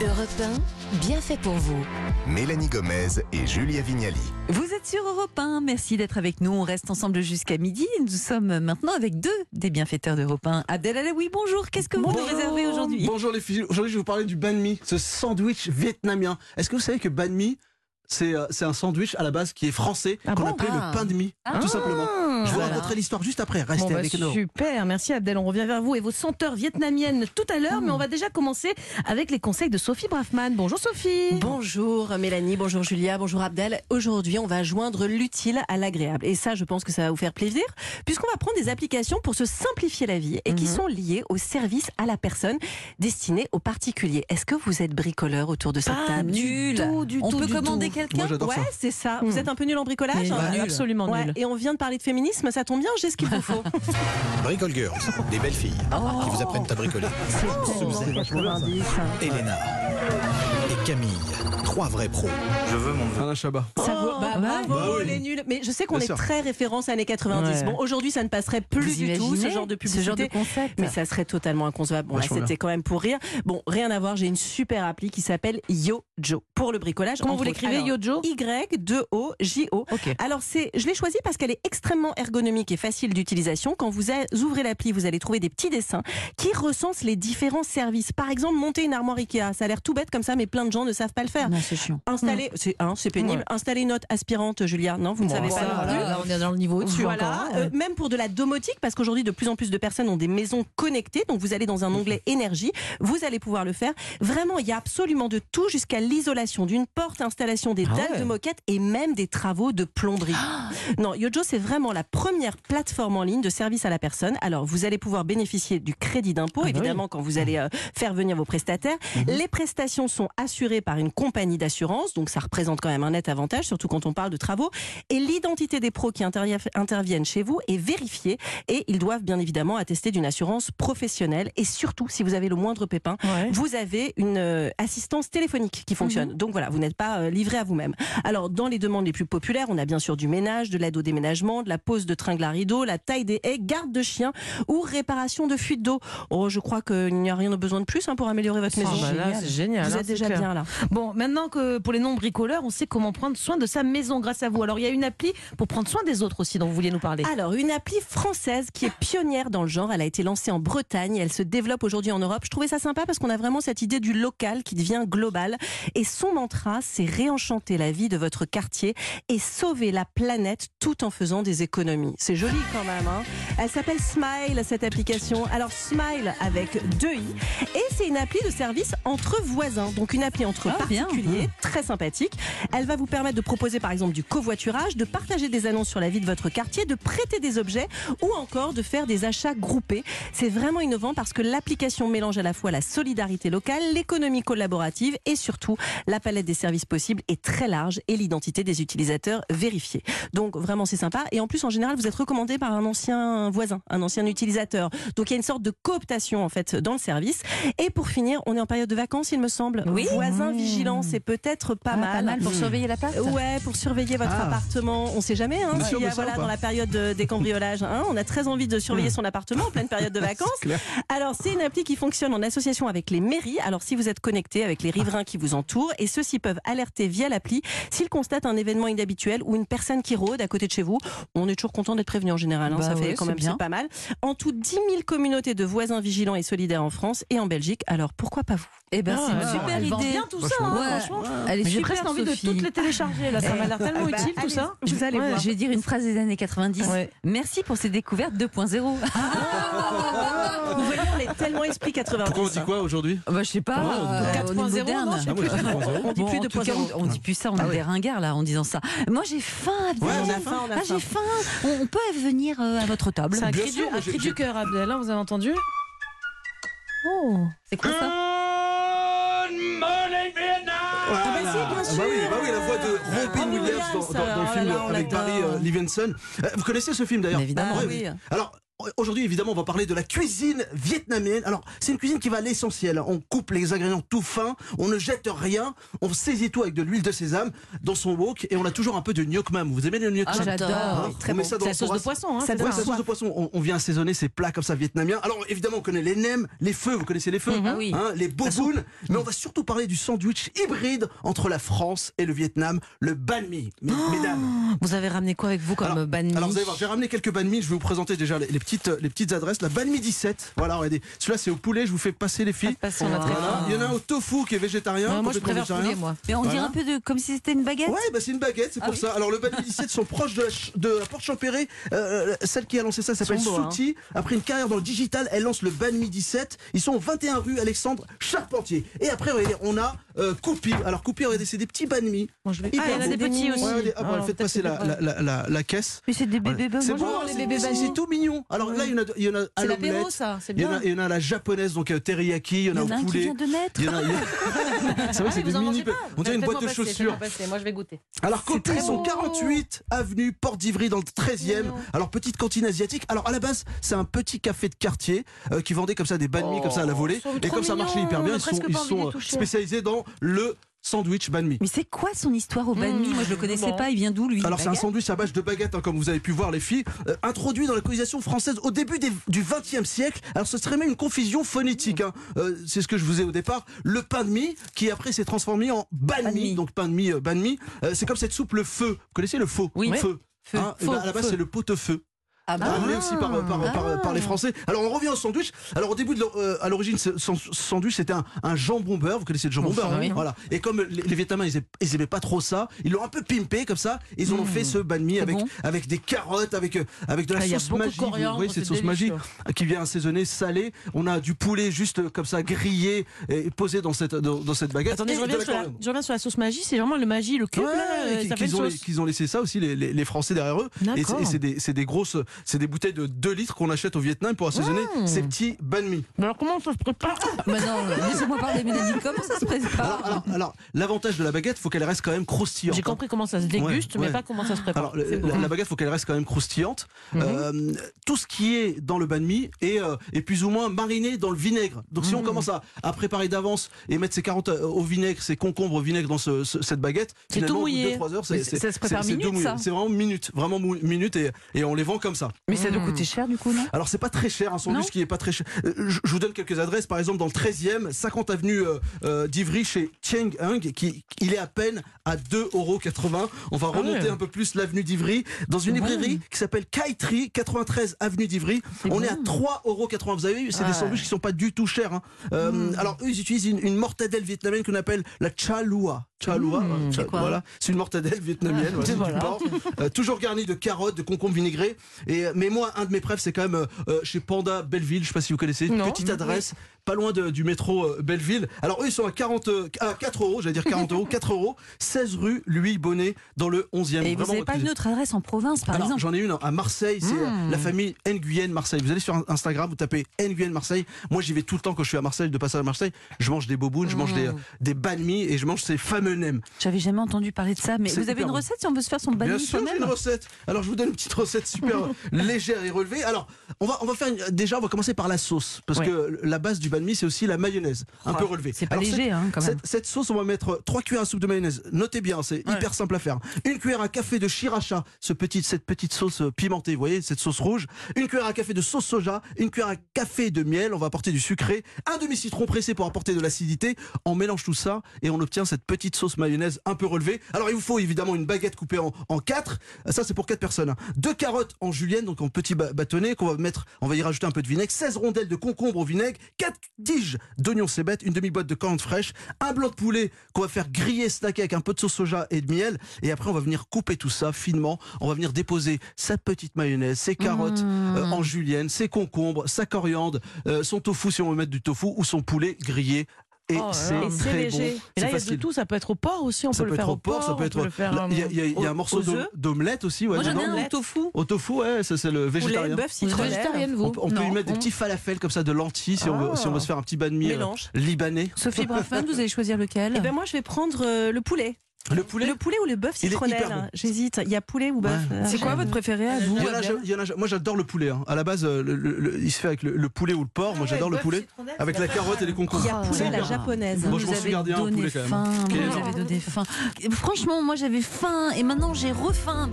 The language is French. Europe 1, bien fait pour vous. Mélanie Gomez et Julia Vignali. Vous êtes sur Europe 1, merci d'être avec nous. On reste ensemble jusqu'à midi. Nous sommes maintenant avec deux des bienfaiteurs d'Europe 1. Abdel Alaoui, bonjour. Qu'est-ce que vous nous réservez aujourd'hui Bonjour les filles. Aujourd'hui, je vais vous parler du banh mi, ce sandwich vietnamien. Est-ce que vous savez que banh mi, c'est euh, c'est un sandwich à la base qui est français, Ah qu'on bon appelait Ah. le pain de mie, tout simplement. Je vous raconterai l'histoire juste après. Restez Ah, Bon, bah, avec nous. super, merci Abdel. On revient vers vous et vos senteurs vietnamiennes tout à l'heure, mais on va déjà commencer avec les conseils de Sophie Braffman. Bonjour Sophie. Bonjour Mélanie, bonjour Julia, bonjour Abdel. Aujourd'hui, on va joindre l'utile à l'agréable. Et ça, je pense que ça va vous faire plaisir, puisqu'on va prendre des applications pour se simplifier la vie et Mhm. qui sont liées au service à la personne destiné aux particuliers. Est-ce que vous êtes bricoleur autour de cette table nul. tout, du On tout, peut du commander tout. quelqu'un Moi, j'adore Ouais, ça. c'est ça. Hmm. Vous êtes un peu nul en bricolage Mais hein nul. absolument Ouais, nul. Et on vient de parler de féminisme, ça tombe bien, j'ai ce qu'il vous faut. Bricole Girls, des belles filles qui vous apprennent à bricoler. Suzanne, Elena et Camille, trois vrais pros. Alain Chabat. Ça vaut- bah, bravo, les nuls. Mais je sais qu'on Bien est sûr. très référence années 90. Ouais. Bon, aujourd'hui, ça ne passerait plus Vous du tout ce imaginez genre de ce publicité. genre de concept. Mais ça serait totalement inconcevable. Bon, là, Vachement bien. c'était quand même pour rire. Bon, rien à voir, j'ai une super appli qui s'appelle Yojo pour le bricolage. Comment entre vous autres. l'écrivez, Alors, Yojo Y-2-O-J-O. Ah, Ok. Alors, c'est, je l'ai choisi parce qu'elle est extrêmement ergonomique et facile d'utilisation. Quand vous a- ouvrez l'appli, vous allez trouver des petits dessins qui recensent les différents services. Par exemple, monter une armoire Ikea. Ça a l'air tout bête comme ça, mais plein de gens ne savent pas le faire. Non, c'est chiant. Installer, c'est hein, c'est pénible. Installer une note aspirante, Julia. Non, vous ne savez Bon, pas. Ah, ça, non plus. là, on est dans le niveau au-dessus Voilà, encore, hein. euh, même pour de la domotique, parce qu'aujourd'hui de plus en plus de personnes ont des maisons connectées, donc vous allez dans un onglet Mhm. énergie, vous allez pouvoir le faire. Vraiment, il y a absolument de tout, jusqu'à l'isolation d'une porte, installation des Ah dalles ouais. Ah de moquette et même des travaux de plomberie. non, Yojo, c'est vraiment la première plateforme en ligne de service à la personne. Alors, vous allez pouvoir bénéficier du crédit d'impôt, bah oui. Mhm. évidemment, quand vous allez euh, faire venir vos prestataires. Les prestations sont assurées par une compagnie d'assurance, donc ça représente quand même un net avantage, surtout quand on parle de travaux. Et l'identité des pros qui intervie- interviennent chez vous est vérifiée et ils doivent bien évidemment attester d'une assurance professionnelle. Et surtout, si vous avez le moindre pépin, Ouais. vous avez une euh, assistance téléphonique qui fonctionne. Mhm. Donc voilà, vous n'êtes pas euh, livré à vous-même. Alors, dans les demandes les plus populaires, on a bien sûr du ménage, de l'aide au déménagement, de la pose de tringles à rideaux, la taille des haies, garde de chiens ou réparation de fuites d'eau. Oh, je crois qu'il n'y a rien de besoin de plus hein, pour améliorer votre Ah, maison. bah là, c'est génial. Vous hein, êtes c'est déjà clair. bien là. Bon, maintenant que pour les non-bricoleurs, on sait comment prendre soin de sa maison grâce à vous. Alors, il y a une appli pour prendre soin des autres aussi dont vous vouliez nous parler. Alors, une appli française qui est pionnière dans le genre, elle a été lancée en Bretagne, elle se développe aujourd'hui en Europe. Je trouvais ça sympa parce qu'on a vraiment cette idée du local qui devient global. Et son mantra, c'est réenchanter la vie de votre quartier et sauver la planète tout en faisant des économies. C'est joli quand même. Hein elle s'appelle Smile, cette application. Alors, Smile avec deux i. Et c'est une appli de service entre voisins. Donc, une appli entre Ah, bien. particuliers particulier, très sympathique. Elle va vous permettre de proposer par exemple du covoiturage, de partager des annonces sur la vie de votre quartier, de prêter des objets ou encore de faire des achats groupés. C'est vraiment innovant parce que l'application mélange à la fois la solidarité locale, l'économie collaborative et surtout la palette des services possibles est très large et l'identité des utilisateurs vérifiée. Donc vraiment c'est sympa et en plus en général vous êtes recommandé par un ancien voisin, un ancien utilisateur. Donc il y a une sorte de cooptation en fait dans le service. Et pour finir, on est en période de vacances il me semble. Oui. Voisin Mmh. vigilant, c'est peut-être pas Ah, mal. Mmh. pour surveiller la porte. Ouais, pour surveiller votre Ah. appartement, on sait jamais. Hein, Vous êtes s'il sûr y a, de ça voilà, ou pas dans la période euh, des cambriolages, hein, on a très envie de surveiller son appartement en pleine période de vacances. clair. Alors, c'est une appli qui fonctionne en association avec les mairies. Alors, si vous êtes connecté avec les riverains qui vous entourent, et ceux-ci peuvent alerter via l'appli s'ils constatent un événement inhabituel ou une personne qui rôde à côté de chez vous. On est toujours content d'être prévenu en général. hein, Bah ça fait ouais, quand c'est même bien. c'est pas mal. En tout, 10 000 communautés de voisins vigilants et solidaires en France et en Belgique. Alors, pourquoi pas vous Eh ben, Ah, c'est une ouais, super elle vend idée. bien tout ça, hein, Ouais. franchement. Elle est Mais J'ai super, presque envie Sophie. de toutes les télécharger. Là, ça m'a l'air tellement Bah, utile tout allez, ça. vous allez Ouais. voir. Je vais dire une phrase des années 90. Ouais. Merci pour ces découvertes 2.0. Ah, Vous voyez, on est tellement esprit 90. Pourquoi on dit quoi aujourd'hui Ah bah, je sais pas. Ouais, euh, on est 4.0, moderne. non, je sais Ah, moi, je dis 2.0. On dit Bon, plus en de tout points cas, on, on dit plus ça, on est des ringards là en disant ça. Moi j'ai faim. Abdel. Ouais, on a faim, Ah on a Ah, j'ai faim. On, on peut venir euh, à votre table. C'est un Bien cri, sûr, du, mais un j'ai- cri j'ai- du cœur, Abdel, hein, vous avez entendu Oh C'est quoi ça Ah bah si, bien sûr. Ah, Bah oui, bah oui, la voix de Robin Robin Williams dans, Williams, dans- dans le oh là film là, on avec l'adore. Barry euh, Levinson. Euh, vous connaissez ce film d'ailleurs Mais évidemment. Ouais, Bah oui. Alors, aujourd'hui, évidemment, on va parler de la cuisine vietnamienne. Alors, c'est une cuisine qui va à l'essentiel. On coupe les ingrédients tout fins, on ne jette rien, on saisit tout avec de l'huile de sésame dans son wok et on a toujours un peu de gnoc mam. Vous aimez le gnoc Ah, mam j'adore. Hein Très On bon. met ça C'est dans la le sauce de poisson. poisson, hein, Ça c'est doit Ouais, ça c'est sauce de poisson. On, on vient assaisonner ces plats comme ça vietnamiens. Alors évidemment, on connaît les nems, les feux, vous connaissez les feux, Mm-hmm. Mhm. Ah oui. hein, les bobounes. Mais on va surtout parler du sandwich hybride entre la France et le Vietnam, le banh mi. Mes- mesdames. Vous avez ramené quoi avec vous comme Alors- Oh, bah, banh mi Alors vous allez voir, j'ai ramené quelques banh mi. Je vais vous présenter déjà les, les petites, les petites adresses. La banh mi 17. Voilà, regardez. Celui-là, c'est au poulet. Je vous fais passer les filles. Parce qu'on a très Voilà. faim. Il y en a un au tofu qui est végétarien. Ouais, Moi, je complètement préfère végétarien. poulet, moi. Mais on dirait Voilà. un peu de, comme si c'était une baguette. Ouais, bah c'est une baguette, Ah c'est pour ça. Alors le Banh 17 sont proches de la, ch- de la porte Champéré. Euh, celle qui a lancé ça s'appelle Ils sont beaux, hein. Souti. Après une carrière dans le digital, elle lance le Ban 17. Ils sont au 21 rue Alexandre Charpentier. Et après, regardez, on a euh, Coupi. Alors Coupi, regardez, c'est des petits Banh mi. Hyper Ah, il y en a bons. des petits Ouais, aussi. regardez, hop, Alors, faites peut-être bah, passer que- la, la, la, la- la caisse. Mais c'est des bébés Voilà. bonbons. C'est Bonjour, bon, les c'est- bébés c'est- bananes. c'est tout mignon. Alors là, il y en a, il y en a à C'est l'apéro, l'omelette. ça, c'est Il y, en bien. a, il y en a à la japonaise, donc euh, teriyaki, il y en Il a y au en a un qui poulet. vient de naître. Il y en a- il y en a- C'est vrai, Ah c'est oui, des vous en mini. mangez pas On dirait une boîte de Faites-moi passer, chaussures. faites-moi passer, Moi, je vais goûter. Alors Côté, très ils sont beau. 48 avenue Porte d'Ivry dans le 13e. mignon. Alors petite cantine asiatique. Alors à la base, c'est un petit café de quartier euh, qui vendait comme ça des banh mi Oh, comme ça à la volée ils sont et trop comme ça marchait mignons, hyper on bien, a ils sont, presque ils pas envie de sont les euh, toucher. spécialisés dans le sandwich banh mi. Mais c'est quoi son histoire au banh mi Moi, je le connaissais bon. pas. Il vient d'où lui Mmh, Bah, Alors c'est un sandwich à base de baguette, hein, comme vous avez pu voir les filles, euh, introduit dans la colonisation française au début des- du XXe siècle. Alors ce serait même une confusion phonétique. hein. Euh, c'est ce que je vous ai au départ. Le pain de mie qui après s'est transformé en banh Banh mi. mi. Donc pain de mie, euh, banh mi. Euh, c'est comme cette soupe le feu. Vous connaissez le faux Oui. Feu. Feu, Hein, eh faux, ben, à la base feu. c'est le pot-au-feu Ah bah, amené aussi par, euh, par, par- par les Français. Alors on revient au sandwich. Alors au début, de l'o- euh, à l'origine, ce ce sandwich c'était un, un jambon beurre. Vous connaissez le jambon beurre, hein oui. voilà. Et comme les, les Vietnamiens ils, aiment- ils aimaient pas trop ça, ils l'ont un peu pimpé comme ça. Ils en ont fait ce banh mi avec bon. avec des carottes, avec euh, avec de la Ah, il y a sauce beaucoup de magie. coriandre, vous voyez cette c'est sauce magie délicieux. qui vient assaisonner, salée. On a du poulet juste euh, comme ça grillé et posé dans cette dans, dans cette baguette. Attendez, Et je Eh, de reviens, la sur la, coriandre. je reviens sur la sauce magie, c'est vraiment le magie, le cube, Ouais, là, euh, qui- ça fait une qu'ils ont, sauce. qu'ils ont laissé ça aussi les, les- les Français derrière eux. Et c'est- D'accord. et c'est des, c'est des grosses, c'est des bouteilles de 2 litres qu'on achète au Vietnam pour assaisonner Mmh. ces petits banh mi. Mais alors comment ça se prépare Mais Bah, non, laissez-moi parler, Mélanie. Comment ça se Alors, prépare alors, alors, l'avantage de la baguette, faut qu'elle reste quand même croustillante. Ah. J'ai compris comment ça se déguste, Ouais, ouais. mais pas comment ça se prépare. Alors, le- C'est bon. Mmh. la, la baguette, faut qu'elle reste quand même croustillante. Euh, tout ce qui est dans le banh mi est, euh, est plus ou moins mariné dans le vinaigre. Donc, Mmh. si on commence à, à préparer d'avance et mettre ses carottes euh, au vinaigre, ses concombres au vinaigre dans ce- ce- cette baguette, C'est finalement, tout au bout de mouillé. 2-3 heures, Mais c'est, ça c'est- se prépare c'est- c'est minute, tout mouillé. ça C'est vraiment minute, vraiment mou- minute, et, et on les vend comme ça. Mais ça mmh. doit coûter cher du coup, non Alors c'est pas très cher, un sandwich Non qui est pas très cher. Euh, Je je vous donne quelques adresses, par exemple dans le 13e, 50 avenue euh, euh, d'Ivry chez Cheng Hung, qui il est à peine à 2,80€. On va remonter un peu plus l'avenue d'Ivry dans une librairie qui s'appelle Kaitri, 93 avenue d'Ivry. On est à 3,80€. Vous avez vu, c'est des sandwichs qui sont pas du tout chers. hein. Euh, Alors eux, ils utilisent une, une mortadelle vietnamienne qu'on appelle la chalua. Chalua, voilà, cha- voilà. Hmm. C'est une mortadelle vietnamienne, voilà, c'est du porc. Euh, toujours garnie de carottes, de concombres vinaigrés. Et, euh, mais moi, un de mes préfs, c'est quand même euh, euh, chez Panda Belleville. Je sais pas si vous connaissez, une Non. petite adresse, pas loin de- du métro euh, Belleville. Alors eux, ils sont à 40, euh, à 4 euros, j'allais dire 40 euros, 4 euros, 16 rue Louis Bonnet, dans le 11e. Et vous Vraiment, n'avez pas une autre adresse en province, par alors, exemple Hmm. J'en ai une à Marseille, c'est euh, la famille Nguyen Marseille. Vous allez sur Instagram, vous tapez Nguyen Marseille. Moi, j'y vais tout le temps quand je suis à Marseille, de passage à Marseille. Je mange des bobounes, je mange des, Hmm. euh, des banh mi et je mange ces fameux nems. J'avais jamais entendu parler de ça. Mais C'est vous avez hyper une bon. recette si on veut se faire son banh Bien mi sûr, j'ai soi-même une recette. Alors, je vous donne une petite recette super légère et relevée. Alors, on va, on va faire une- déjà, on va commencer par la sauce. Parce Ouais. que la base du banh mi, c'est aussi la mayonnaise. Un Oh, peu relevée. c'est pas Alors, léger, cette- hein, quand même. Cette, cette sauce, on va mettre 3 cuillères à soupe de mayonnaise. Notez bien, c'est hyper simple à faire. Une cuillère à café de shiracha, ce petit, cette petite sauce euh, pimentée, vous voyez, cette sauce rouge. Une cuillère à café de sauce soja. Une cuillère à café de miel, on va apporter du sucré. Un demi-citron pressé pour apporter de l'acidité. On mélange tout ça et on obtient cette petite sauce mayonnaise un peu relevée. Alors, il vous faut évidemment une baguette coupée en, en quatre. Ça, c'est pour quatre personnes. hein. Deux carottes en julienne, donc en petit ba- bâtonnet, qu'on va mettre, on va y rajouter un peu de vinaigre. 16 rondelles de concombre au vinaigre. Quatre tiges d'oignons cébettes. Une demi-boîte de cornes fraîches. Un blanc de poulet qu'on va faire griller, snacker avec un peu de sauce soja et de miel. Et après, on va venir couper tout ça finement. On va venir déposer sa petite mayonnaise, ses carottes Mmh. euh, Mmh. en julienne, ses concombres, sa coriandre, euh, son tofu si on veut mettre du tofu ou son poulet grillé. Et Oh là c'est là. Et c'est très léger. bon. Et C'est là, il y a de facile. tout. Ça peut être au porc aussi. On Ça peut peut le être faire au porc, ça on peut être. le faire, là, Il y a- il y, a- il y a au- un morceau aux d'om- œufs. d'omelette aussi. Ouais, Moi, j'en ai dedans. un au tofu. Au tofu, ouais, ça c'est le Poulet, végétarien. bœuf, Vous êtes citronnelle. végétarienne, vous On, peut- on peut y mettre des petits falafels comme ça de lentilles si, on, veut, si on veut se faire un petit banh mi euh, Ah. Mélange. libanais. Eh ben, Sophie Braffman, vous allez choisir lequel Eh ben moi, je vais prendre euh, le poulet. Le poulet Le poulet ou le bœuf Il est citronnelle hyper bon. hein. J'hésite. Il y a poulet ou bœuf Ouais. euh, C'est quoi j'aime. votre préféré à vous Il y en a- il y en a- moi j'adore le poulet. hein. À la base, euh, le- le- le- il se fait avec le, le poulet ou le Ah porc. Moi j'adore le poulet avec la carotte et les concombres. Il y a poulet à la japonaise. Ah, Bon, Vous je nous m'en suis avez gardé un donné poulet quand même. faim, Qui est vous nous avez donné faim. Franchement, moi j'avais faim et maintenant j'ai refaim.